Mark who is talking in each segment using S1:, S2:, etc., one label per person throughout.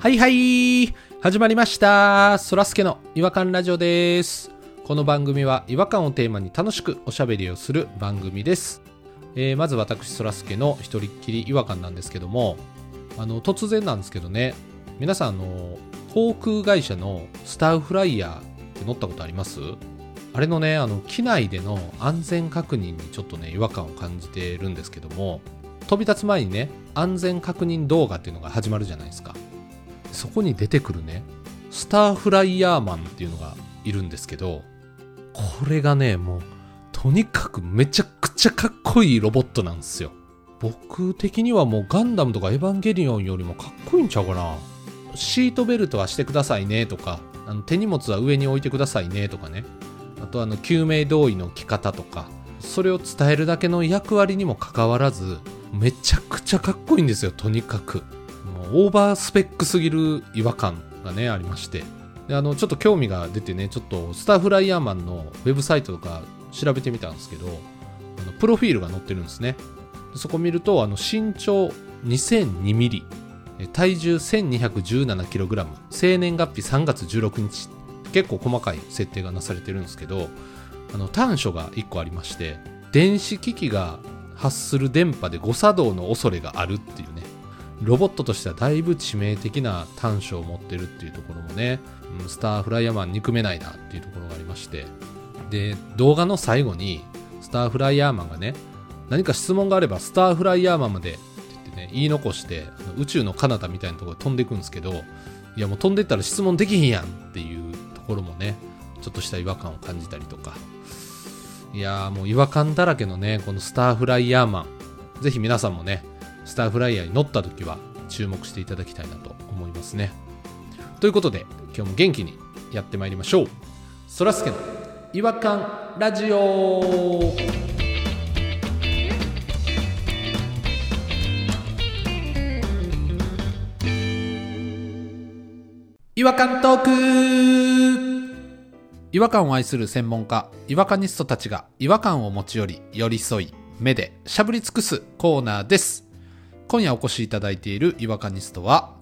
S1: はいはい始まりましたそらすけの違和感ラジオですこの番組は違和感をテーマに楽しくおしゃべりをする番組です、えーまず私そらすけの一人っきり違和感なんですけどもあの突然なんですけどね皆さんあの航空会社のスターフライヤーって乗ったことありますあれのねあの機内での安全確認にちょっとね違和感を感じてるんですけども飛び立つ前にね安全確認動画っていうのが始まるじゃないですかそこに出てくるねスターフライヤーマンっていうのがいるんですけどこれがねもうとにかくめちゃくちゃかっこいいロボットなんですよ僕的にはもうガンダムとかエヴァンゲリオンよりもかっこいいんちゃうかなシートベルトはしてくださいねとかあの手荷物は上に置いてくださいねとかねあとあの救命胴衣の着方とかそれを伝えるだけの役割にもかかわらずめちゃくちゃかっこいいんですよとにかくもうオーバースペックすぎる違和感がねありましてであのちょっと興味が出てねちょっとスターフライヤーマンのウェブサイトとか調べてみたんですけどあのプロフィールが載ってるんですねでそこ見るとあの身長2002ミリえ体重 1217kg 生年月日3月16日結構細かい設定がなされてるんですけどあの短所が1個ありまして電子機器が発する電波で誤作動の恐れがあるっていうねロボットとしてはだいぶ致命的な短所を持ってるっていうところもね、うんスターフライヤーマン憎めないなっていうところがありましてで動画の最後にスターフライヤーマンがね何か質問があればスターフライヤーマンまでって言ってね言い残してあの宇宙の彼方みたいなところで飛んでいくんですけどいやもう飛んでったら質問できひんやんっていうところもねちょっとした違和感を感じたりとかいやーもう違和感だらけのねこのスターフライヤーマンぜひ皆さんもねスターフライヤーに乗った時は注目していただきたいなと思いますねということで今日も元気にやってまいりましょうそらすけの違和感ラジオ違和感トーク違和感を愛する専門家違和感ニストたちが違和感を持ち寄り寄り添い目でしゃぶり尽くすコーナーです今夜お越しいただいている違和感ニストは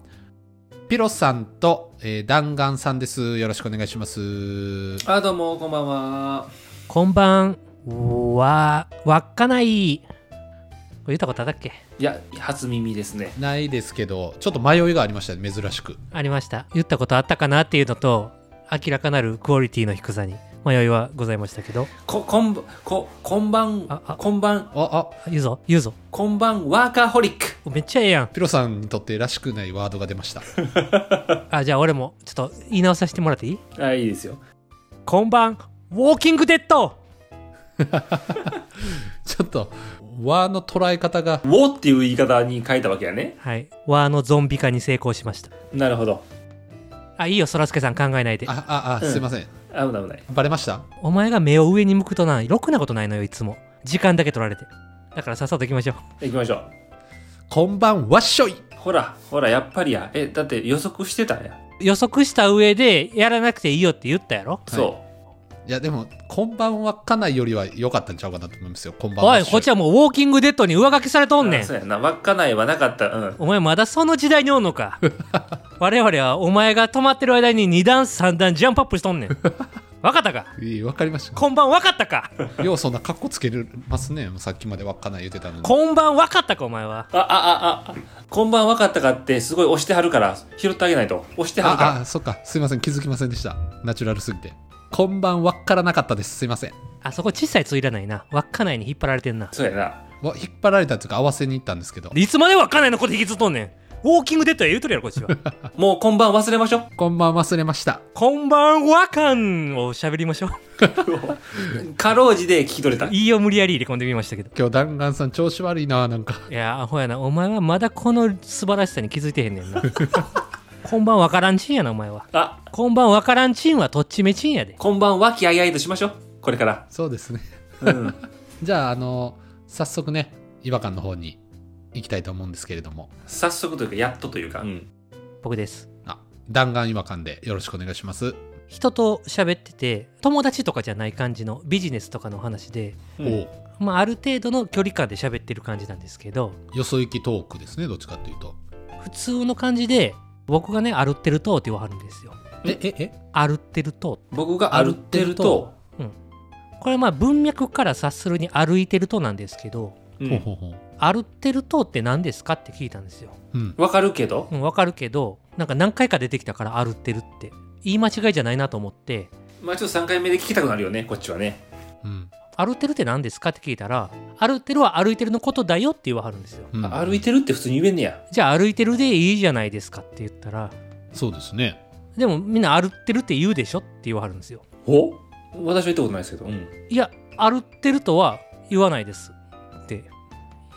S1: ピロさんと、えー、弾丸さんですよろしくお願いします
S2: あどうもこんばんは
S3: こんばんは、稚内。これ言ったことあったっけ
S2: いや初耳ですね
S1: ないですけどちょっと迷いがありましたね珍しく
S3: ありました。言ったことあったかなっていうのと、明らかなるクオリティの低さに迷いはございましたけど。
S2: ここんばここんばん
S3: ああ
S2: こんばん
S1: ああ
S3: あ言うぞ、言うぞ。
S2: こんばんワーカホリック
S3: おめっちゃええやん。
S1: ピロさんにとってらしくないワードが出ました
S3: あ、じゃあ俺もちょっと言い直させてもらっていい
S2: あいいですよ
S3: こんばん、ウォーキングデッド
S1: ちょっと和の捉え方が
S2: ウォっていう言い方に変えたわけやね
S3: はい。和のゾンビ化に成功しました。
S2: なるほど
S3: あ、いいよ、そらすけさん考えないで。
S1: あああ
S2: うん
S1: すいません、
S2: 危ない危ない
S1: バレました
S3: お前が目を上に向くとな、ろくなことないのよ、いつも。時間だけ取られて。だからさっさと行きましょう。
S2: 行きましょう
S1: こんばんわっしょい
S2: ほらほらやっぱりやえだって予測してたんや、
S3: 予測した上で、やらなくていいよって言ったやろ
S2: そ
S1: いやでもこんばんはかないよりは良かったんちゃうかなと思いますよこんばん
S3: お、
S1: はい
S3: こっちはもうウォーキングデッドに上書きされと
S2: うん
S3: ねん
S2: そう。やな稚内はなかったうん
S3: お前まだその時代におんのか。我々はお前が止まってる間に2段3段ジャンプアップしとんねん。わかったか
S1: いいわかりました
S3: こんばんわかったか
S1: ようそんなカッコつけれますねさっきまでわっかない言ってたのに
S3: こんばんわかったかお前は。
S2: あああああこんばんわかったかってすごい押してはるから拾ってあげないと押してはる
S1: あ
S2: か
S1: あそっかすいません気づきませんでしたナチュラルすぎてこんばんわっからなかったですすいません
S3: あそこ小さいついらないな。稚内に引っ張られてんな
S2: ら。そうやな
S1: わ引っ張られたというか合わせに行ったんですけど
S3: いつまで稚内のこと引きずっとんねん。ウォーキングデッドや言うとるやろこっちは。
S2: もうこんばん忘れましょう
S1: こんばん忘れました
S3: こんばんわかんを喋りましょう。
S2: かろうじで聞き取れた
S3: いいよ無理やり入れ込んでみましたけど。
S1: 今日弾丸さん調子悪いななんか
S3: いやアホやな。お前はまだこの素晴らしさに気づいてへんねんな。こんばんわからんちんやなお前は。
S2: あ
S3: こんばんわからんちんはとっちめちんやで。
S2: こんばん和気あいあいとしましょう。これから。
S1: そうですね
S2: うん。
S1: じゃああの早速ね違和感の方に行きたいと思うんですけれども
S2: 早速というか、やっとというか。うん。
S3: 僕です。
S1: あ弾丸違和感でよろしくお願いします、
S3: 人と喋ってて、友達とかじゃない感じのビジネスとかの話で、
S2: う
S1: お
S2: ん
S1: う
S3: まあ、ある程度の距離感で喋ってる感じなんですけど、
S1: よそ行きトークですねどっちかというと
S3: 普通の感じで、僕がね歩ってるとって言わはるんですよ
S1: えええ
S3: 歩ってると
S2: 僕が歩ってると、
S3: これまあ文脈から察するに歩いてるとなんですけど
S2: う、
S1: ほうんほうほう
S3: 歩ってるとって何ですかって聞いたんですよ、
S1: うん
S2: わかるけど、
S3: うん、わかるけどなんか何回か出てきたから歩ってるって言い間違いじゃないなと思って
S2: まあちょっと3回目で聞きたくなるよね、こっちはね。
S1: うん
S3: 歩ってるって何ですかって聞いたら歩ってるは歩いてるのことだよって言わはるんですよ
S1: うん
S2: あ歩いてるって普通に言えんねや。
S3: じゃあ歩いてるでいいじゃないですかって言ったら
S1: そうですね
S3: でもみんな歩ってるって言うでしょって言わはるんですよ
S2: お私は言ったことないですけど、うん
S3: いや歩ってるとは言わないですって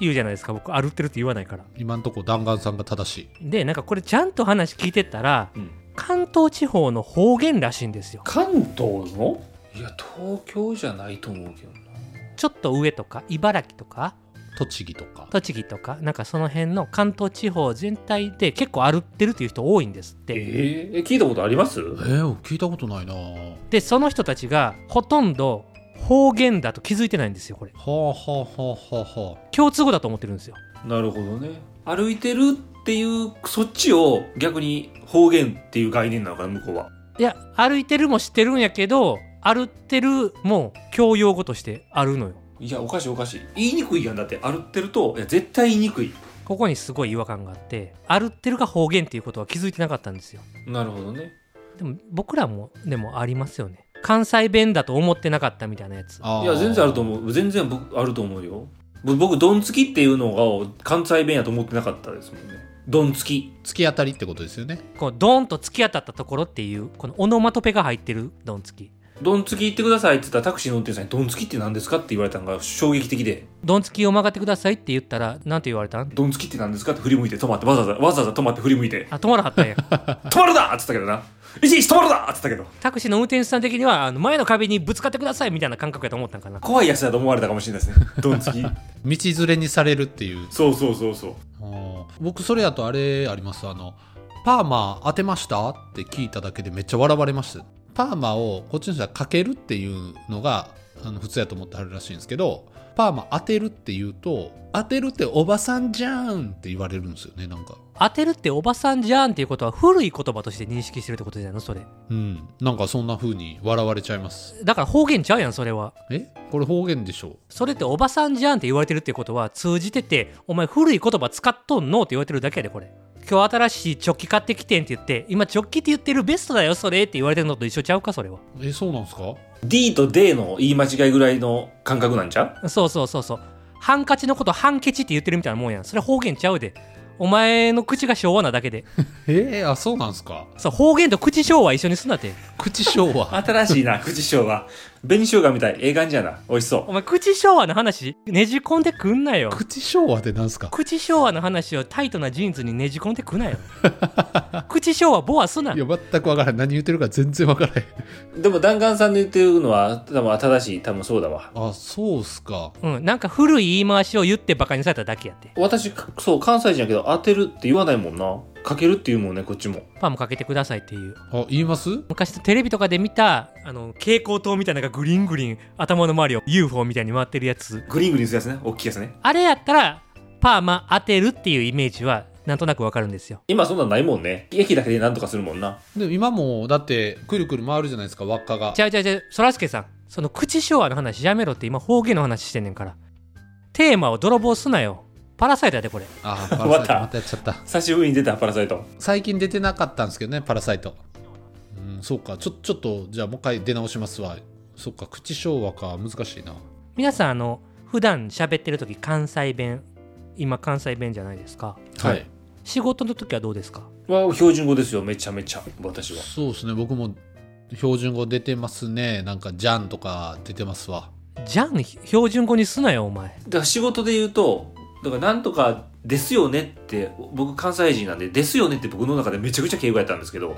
S3: 言うじゃないですか僕歩ってるって言わないから
S1: 今んとこ弾丸さんが正しい
S3: でなんかこれちゃんと話聞いてったら
S2: うん
S3: 関東地方の方言らしいんですよ
S2: 関東のいや、東京じゃないと思うけどな。
S3: ちょっと上とか茨城とか
S1: 栃木とか
S3: 栃木とかなんかその辺の関東地方全体で結構歩ってるっていう人多いんですって、
S2: えー、え聞いたことあります
S1: えー、聞いたことないな
S3: でその人たちがほとんど方言だと気づいてないんですよこれ
S1: はあはあはあはあはあ
S3: 共通語だと思ってるんですよ
S2: なるほどね。歩いてるっていう、そっちを逆に方言っていう概念なのかな、向こうは。
S3: いや歩いてるも知ってるんやけど歩ってるも教養語としてあるのよ
S2: いや、おかしいおかしい。言いにくいやん。だって、歩ってると、いや、絶対言いにくい。
S3: ここにすごい違和感があって歩ってるが方言っていうことは気づいてなかったんですよ
S2: なるほどね。
S3: でも僕らもでもありますよね関西弁だと思ってなかったみたいなやつ
S1: あー
S2: いや、全然あると思う。全然僕、あると思うよ。ぶ僕、ドンつきっていうのが関西弁やと思ってなかったですもんね。ドンつき。
S1: 突き当たりってことですよね
S3: こうドーンと突き当たったところっていうこのオノマトペが入ってるドンつき
S2: ドンつき行ってくださいって言ったらタクシーの運転手さんに、ドンつきって何ですかって言われたのが衝撃的で、
S3: ドンつきを曲がってくださいって言ったらなんて言われたん
S2: ドンつきって何ですかって振り向いて止まって、わざわざ、わざわざ止まって振り向い て、
S3: あ止まらはったんや
S2: 止まるなっつったけどな。いちいち止まるなっつったけど。
S3: タクシーの運転手さん的にはあの前の壁にぶつかってくださいみたいな感覚やと思ったんかな
S2: 怖いやつだと思われたかもしれない ですね。ドンつき。
S1: 道連れにされるっていう
S2: そうそうそうそう。
S1: あー僕それやとあれありますあのパーマ当てましたって聞いただけでめっちゃ笑われましたパーマをこっちの人はかけるっていうのがあの普通やと思ってはるらしいんですけどパーマ当てるって言うと当てるっておばさんじゃんって言われるんですよねなんか
S3: 当てるっておばさんじゃんっていうことは古い言葉として認識してるってことじゃないのそれ
S1: うんなんかそんな風に笑われちゃいます
S3: だから方言ちゃうやんそれは
S1: えこれ方言でしょ
S3: それっておばさんじゃんって言われてるってことは通じててお前古い言葉使っとんのって言われてるだけやでこれ今日新しいチョッキ買ってきてんって言って今チョッキって言ってるベストだよそれって言われてるのと一緒ちゃうかそれは
S1: えそうなんですか
S2: D と D の言い間違いぐらいの感覚なんちゃ
S3: そうそうそうそうハンカチのことハンケチって言ってるみたいなもんやんそれ方言ちゃうでお前の口が昭和なだけで
S1: えー、あそうなんですか
S3: そう方言と口昭和一緒にすんなって
S1: 口昭和
S2: 新しい な、口しょうが。紅しょうがみたい。ええ感じやな。美味しそ
S3: お前口昭和の話ねじ込んでくんなよ
S1: 口昭和ってなんすか
S3: 口昭和の話をタイトなジーンズにねじ込んでくなよ口昭和ボアすない
S1: や全くわからない何言ってるか全然わからへん
S2: う。でも、弾丸さんの言ってるのは、多分正しい。多分そうだわ。
S1: あそうっすか
S3: うん、なんか古い言い回しを言ってバカにされただけやって
S2: 私、かそう、関西人やけど、当てるって言わないもんな。かけるって言うもんね、こっちも。
S3: パンもかけてくださいっていう
S1: あ言います
S3: 昔のテレビとかで見たあの蛍光灯みたいなのがグリングリン頭の周りを UFO みたいに回ってるやつ
S2: グリーングリーンするやつね。大きいやつね。
S3: あれやったらパーマ当てるっていうイメージはなんとなくわかるんですよ
S2: 今そんなんないもんね。駅だけでなんとかするもんな。
S1: でも今もだってくるくる回るじゃないですか輪っかが
S3: じゃあじゃあじゃあそらすけさんその口昭和の話やめろって今方言の話してんねんからテーマを泥棒すなよパラサイトやでこれ
S1: あーパラサイト
S2: また
S1: またやっちゃった
S2: 久しぶりに出たパラサイト。
S1: 最近出てなかったんですけどねパラサイトうんそうかちょちょっとじゃあもう一回出直しますわそっか口昭和か難しいな
S3: 皆さんあの普段喋ってる時関西弁今関西弁じゃないですか
S1: はい
S3: 仕事の時はどうですか
S2: は、標準語ですよ。めちゃめちゃ。私は。
S1: そうですね僕も標準語出てますねなんか「じゃん」とか出てますわ
S3: じゃん標準語にすなよお前
S2: だから仕事で言うと、だからなんとかですよねって、僕関西人なんで、ですよねって僕の中でめちゃくちゃ敬語やったんですけど、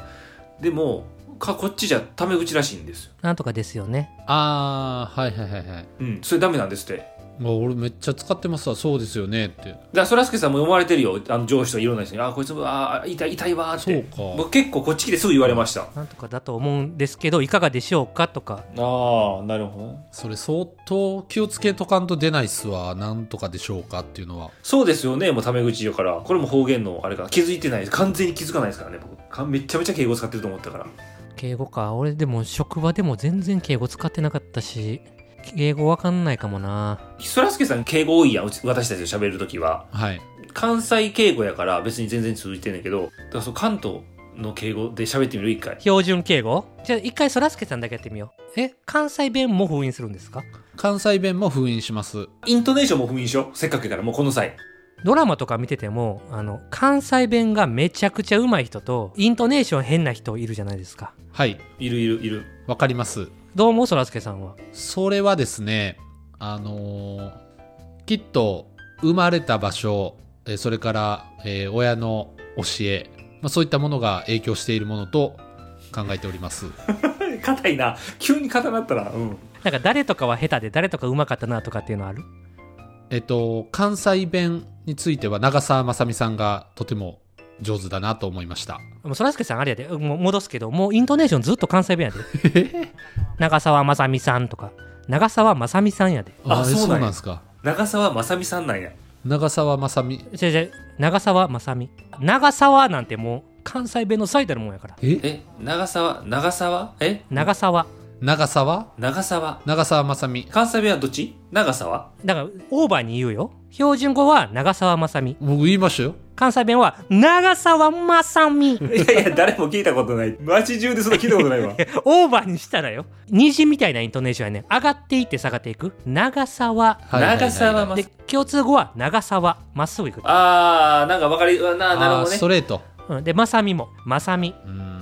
S2: でも、かこっちじゃタメ口らしいんですよ。
S3: なんとかですよね
S1: あーはいはいはいはい
S2: うん、それダメなんですって。
S1: あ俺めっちゃ使ってますわそうですよねって
S2: だからそらすけさんも読まれてるよあの上司とかいろんな人に「あーこいつもあー痛い痛いわ」っ
S1: そう
S2: て
S1: か
S2: 僕結構こっち来てすぐ言われましたあ
S3: なんとかだと思うんですけどいかがでしょうかとか
S2: あなるほど
S1: それ相当気をつけとかんと出ないっすわなんとかでしょうかっていうのは
S2: そうですよねもうタメ口だからこれも方言のあれかな気づいてないです完全に気づかないですからね僕かめちゃめちゃ敬語使ってると思ったから
S3: 敬語か俺でも職場でも全然敬語使ってなかったし敬語わかんないかもな
S2: そらすけさん敬語多いやんうち私たちと喋るときは
S1: はい
S2: 関西敬語やから別に全然続いてんねんけどだからそう関東の敬語で喋ってみる一回
S3: 標準敬語じゃあ一回そらすけさんだけやってみようえ関西弁も封印するんですか
S1: 関西弁も封印します
S2: イントネーションも不印象せっかくやからもうこの際
S3: ドラマとか見ててもあの関西弁がめちゃくちゃうまい人とイントネーション変な人いるじゃないですか
S1: はい
S2: いるいるいる
S1: わかります
S3: どうもそらすけさんは
S1: それはですねあのーきっと生まれた場所えーそれから、えー親の教え、まあ、そういったものが影響しているものと考えております
S2: 硬いな急に硬なったらうん
S3: なんか誰とかは下手で誰とかうまかったなとかっていうのある
S1: えっと関西弁については長澤まさみさんがとても上手だなと思いました
S3: もうそらすけさんあれやでもう戻すけどもうイントネーションずっと関西弁やで 長澤まさみさんとか長澤まさみさんやで
S2: あ
S1: ー
S2: そ
S1: そ
S2: うなんや
S1: うなんですか
S2: 長澤まさみさんなんや
S1: 長澤まさみ
S3: じゃじゃ長澤まさみ長澤なんてもう関西弁の最たるもんやから
S1: え
S2: え長澤長澤え
S3: 長澤
S1: 長澤
S2: 長澤
S1: 長澤まさみ
S2: 関西弁はどっち長澤
S3: だからオーバーに言うよ標準語は長澤まさみ
S1: 僕言いましたよ
S3: 関西弁は長澤まさみ
S2: いやいや誰も聞いたことない街中でそんな聞いたことないわ
S3: オーバーにしたらよ虹みたいなイントネーションやね上がっていって下がっていく長澤
S1: はいはいはい
S2: 長澤ま
S3: で共通語は長澤まっすぐ行く
S2: あーなんかわかりうわななる
S1: あ
S2: ほ
S1: ー
S2: どね
S1: ストレート
S3: うんでまさみもまさみ
S1: うーん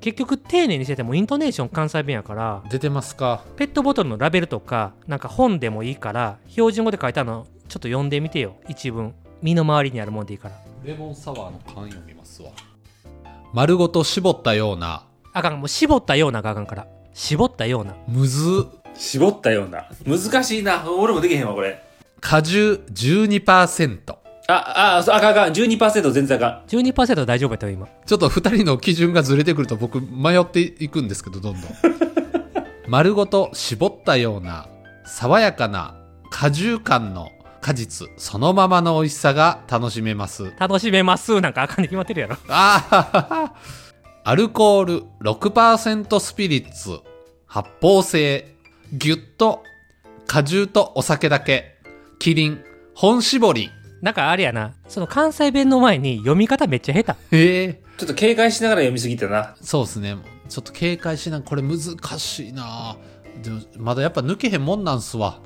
S3: 結局丁寧にしててもイントネーション関西弁やから
S1: 出てますか
S3: ペットボトルのラベルとかなんか本でもいいから標準語で書いたのちょっと読んでみてよ一文身の回りにあるもんでいいから
S1: レモンサワーの缶読みますわ丸ごと絞ったような
S3: あかんもう絞ったようながあかんから絞ったような
S1: むず
S2: 絞ったような難しいな俺もできへんわこれ
S1: 果汁12%
S2: ああそうあかんあかん12%全然あかん
S3: 12%大丈夫やったよ今
S1: ちょっと2人の基準がずれてくると僕迷っていくんですけどど んどん丸ごと絞ったような爽やかな果汁感の果実そのままの美味しさが楽しめます
S3: 楽しめますなんかあかんに決まってるやろ
S1: ああ アルコール6%スピリッツ発泡性ギュッと果汁とお酒だけキリン本搾り
S3: なんかあれやなその関西弁の前に読み方めっちゃ下手
S1: へえ
S2: ちょっと警戒しながら読みすぎたな
S1: そうですねちょっと警戒しなこれ難しいなでもまだやっぱ抜けへんもんなんすわ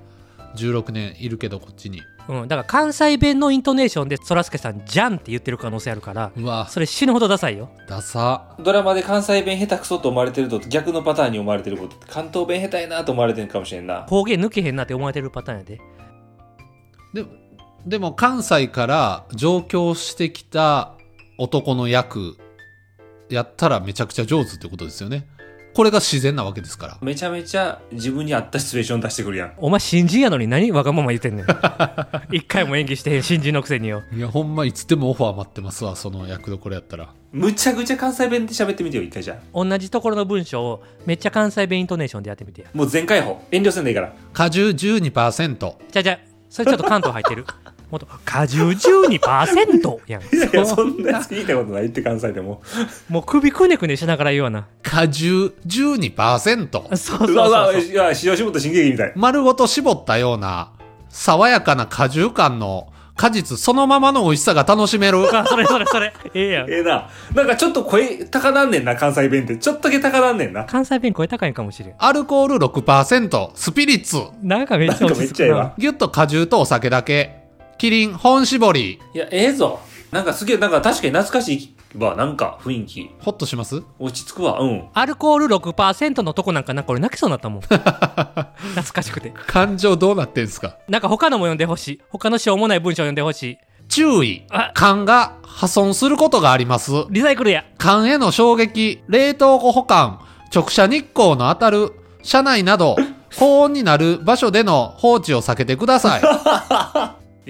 S1: 16年いるけどこっちに
S3: うんだから関西弁のイントネーションでそらすけさん「じゃん」って言ってる可能性あるから
S1: うわ
S3: それ死ぬほどダサいよ
S1: ダサ
S2: ドラマで関西弁下手くそと思われてると逆のパターンに思われてること関東弁下手やなと思われてるかもしれんな
S3: 方言抜けへんなって思われてるパターンやで
S1: ででも関西から上京してきた男の役やったらめちゃくちゃ上手ってことですよねこれが自然なわけですから
S2: めちゃめちゃ自分に合ったシチュエーション出してくるやん
S3: お前新人やのに何わがまま言ってん ねん一回も演技してへん新人のくせによ
S1: いやほんまいつでもオファー待ってますわその役どころやったら
S2: むちゃくちゃ関西弁で喋ってみてよ一回じゃあ
S3: 同じところの文章をめっちゃ関西弁イントネーションでやってみてや
S2: もう全開放遠慮せんでいいから
S1: 果汁12%
S3: じゃあじゃあそれちょっと関東入ってる もっと果汁12%やん
S2: いやいやそんなやつ聞いたことないって関西でも
S3: もう首くねくねしながら言うような
S1: 果汁12%
S3: そう
S2: う
S3: そうそう
S2: わうわ
S3: そう
S2: いや塩仕事新喜劇みたい
S1: 丸ごと絞ったような爽やかな果汁感の果実そのままの美味しさが楽しめる
S3: あそれそれそれええやん
S2: ええななんかちょっと声高なんねんな関西弁ってちょっとだけ高なんねんな
S3: 関西弁超え高いんかもしれん
S1: アルコール6%スピリッツ
S3: なんかめっち
S2: なん
S3: ゃ落
S2: かめっ
S3: ち着
S2: ちゃ
S3: く
S2: ええ
S3: な
S2: わ
S1: ギュッと果汁とお酒だけキリン本搾り
S2: いやええぞなんかすげえなんか確かに懐かしいわなんか雰囲気
S1: ホッとします
S2: 落ち着くわうん
S3: アルコール6%のとこなんかなんか俺泣きそうになったもん 懐かしくて
S1: 感情どうなってんすか
S3: なんか他のも読んでほしい他のしょうもない文章読んでほしい
S1: 注意
S3: あ
S1: 缶が破損することがあります
S3: リサイクルや
S1: 缶への衝撃冷凍庫保管直射日光の当たる車内など高温になる場所での放置を避けてください。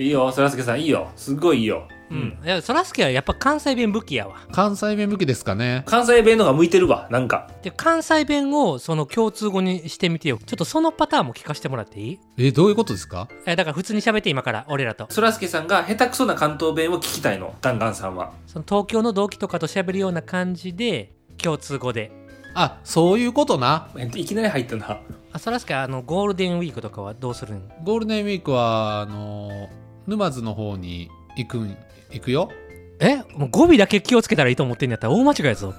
S2: いいよ、そらすけさん、いいよ。すっごいいいよ。う。
S3: うんん。いや、そらすけはやっぱ関西弁武器やわ。
S1: 関西弁向きですかね。
S2: 関西弁のが向いてるわ、なんか。
S3: で、関西弁をその共通語にしてみてよ。ちょっとそのパターンも聞かせてもらっていい
S1: え、どういうことですか
S3: え、だから普通に喋って今から、俺らと。
S2: そらすけさんが下手くそな関東弁を聞きたいの、ガンガンさんは。
S3: その東京の同期とかと喋るような感じで、共通語で。
S1: あ、そういうことな。
S2: えいきなり入ったな。
S3: あ、そらすけ、あの、ゴールデンウィークとかはどうするん
S1: ゴールデンウィークは、あの、沼津の方に行くん、行くよ。
S3: えもう語尾だけ気をつけたらいいと思ってんやったら大間違いやぞ。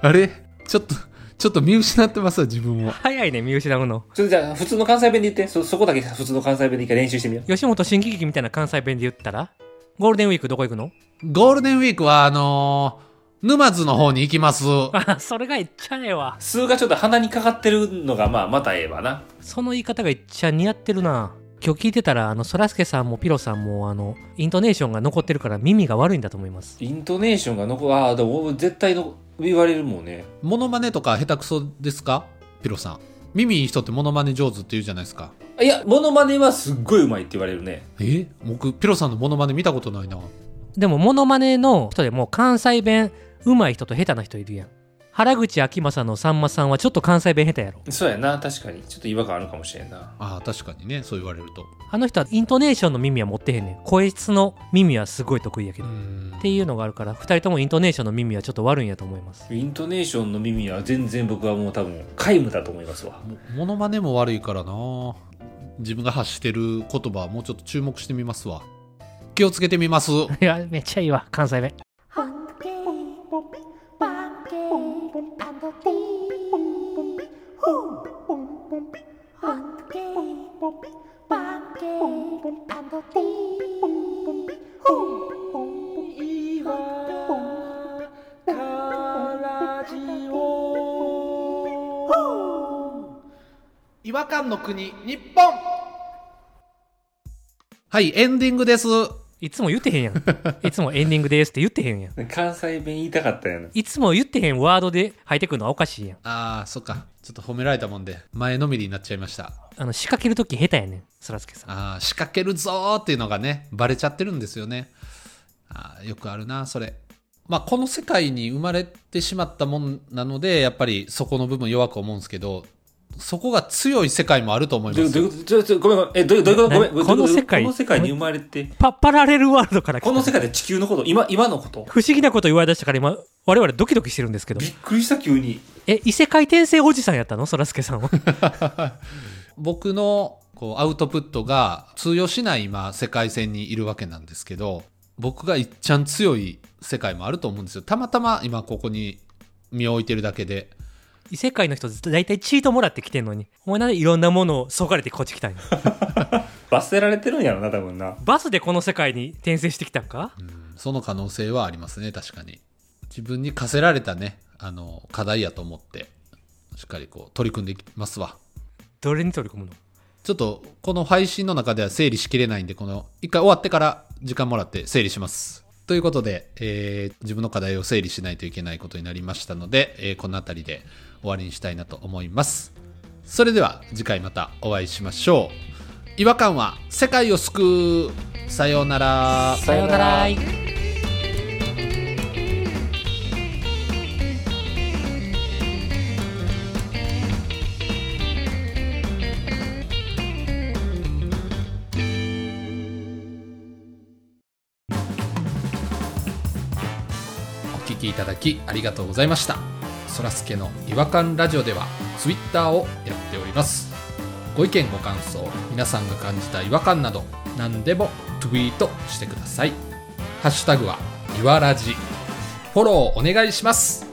S1: あれちょっと、ちょっと見失ってますわ、自分を。
S3: 早いね、見失うの。
S2: ちょっとじゃあ、普通の関西弁で言って、そ、そこだけ普通の関西弁で一回練習してみよ
S3: 吉本新喜劇みたいな関西弁で言ったらゴールデンウィークどこ行くの
S1: ゴールデンウィークは、あの沼津の方に行きます。
S3: あそれがいっちゃええわ
S2: う。数がちょっと鼻にかかってるのが、まあ、またええわな。
S3: その言い方がいっちゃ似合ってるな今日聞いてたらあのそらすけさんもピロさんもあのイントネーションが残ってるから耳が悪いんだと思います
S2: イントネーションが残、ああ、でも絶対の言われるもんね。
S1: モノマネとか下手くそですかピロさん。耳いい人ってモノマネ上手って言うじゃないですか。
S2: いや、モノマネはすっごい上手いって言われるね。
S1: え僕、ピロさんのモノマネ見たことないな。
S3: でもモノマネの人でも関西弁上手い人と下手な人いるやん原口あきまさのさんまさんはちょっと関西弁下手やろ
S2: そうやな、確かに。ちょっと違和感あるかもしれんな。
S1: ああ、確かにね、そう言われると。
S3: あの人はイントネーションの耳は持ってへんねん声質の耳はすごい得意やけ
S1: うー
S3: どっ
S1: ん。
S3: ていうのがあるから2人ともイントネーションの耳はちょっと悪いんやと思います
S2: イントネーションの耳は全然僕はもう多分、皆無だと思いますわ。
S1: もモノマネも悪いからな。自分が発してる言葉、もうちょっと注目してみますわ。気をつけてみます。
S3: いやめっちゃいいわ関西弁
S4: Hunky,
S1: 違和感の国、日本はい、エンディングです。
S3: いつも言ってへんやん。いつもエンディングですって言ってへんやん。
S2: 関西弁言いたかったよね。
S3: いつも言ってへんワードで入ってくるのはおかしいやん。
S1: ああ、そっか。ちょっと褒められたもんで、前のめりになっちゃいました。
S3: あの、仕掛けるとき下手やねん、そらすけさん。
S1: ああ、仕掛けるぞーっていうのがね、バレちゃってるんですよね。ああ、よくあるな、それ。まあ、この世界に生まれてしまったもんなので、やっぱりそこの部分弱く思うんですけど、そこが強い世界もあると思い
S2: どう
S1: ま
S2: いう
S1: すよ。
S2: ことちょちょごめんごめん。え、どういうどういうこと
S3: な
S2: ごめんごめん。
S3: この
S2: どういうと
S3: 世界
S2: この世界に生まれて、
S3: パ、パラレルワールドから来た
S2: この世界で地球のこと、今、今のこと。
S3: 不思議なこと言われだしたから今、我々ドキドキしてるんですけど
S2: び。っくりした急に。
S3: え、異世界転生おじさんやったのそらすけさんは。
S1: 僕のこうアウトプットが通用しない今、世界線にいるわけなんですけど、僕がいっちゃん強い世界もあると思うんですよ。たまたま今ここに身を置いてるだけで。
S3: 異世界の人大体チートもらってきてんのに。お前なんでいろんなものをそがれてこっち来たんや。
S2: 罰せられてるんやろな、多分な。
S3: バスでこの世界に転生してきたんか
S1: うんその可能性はありますね、確かに。自分に課せられたね、あの、課題やと思って、しっかりこう、取り組んでいきますわ。
S3: どれに取り組むの
S1: ちょっと、この配信の中では整理しきれないんで、この、一回終わってから時間もらって整理します。ということで、えー自分の課題を整理しないといけないことになりましたので、えーこの辺りで終わりにしたいなと思います。それでは、次回またお会いしましょう。違和感は世界を救うさようなら。
S2: さようなら
S1: お聞きいただきありがとうございましたそらすけの違和感ラジオではツイッターをやっておりますご意見ご感想皆さんが感じた違和感など何でもツイートしてくださいハッシュタグは、いわらじ。フォローお願いします。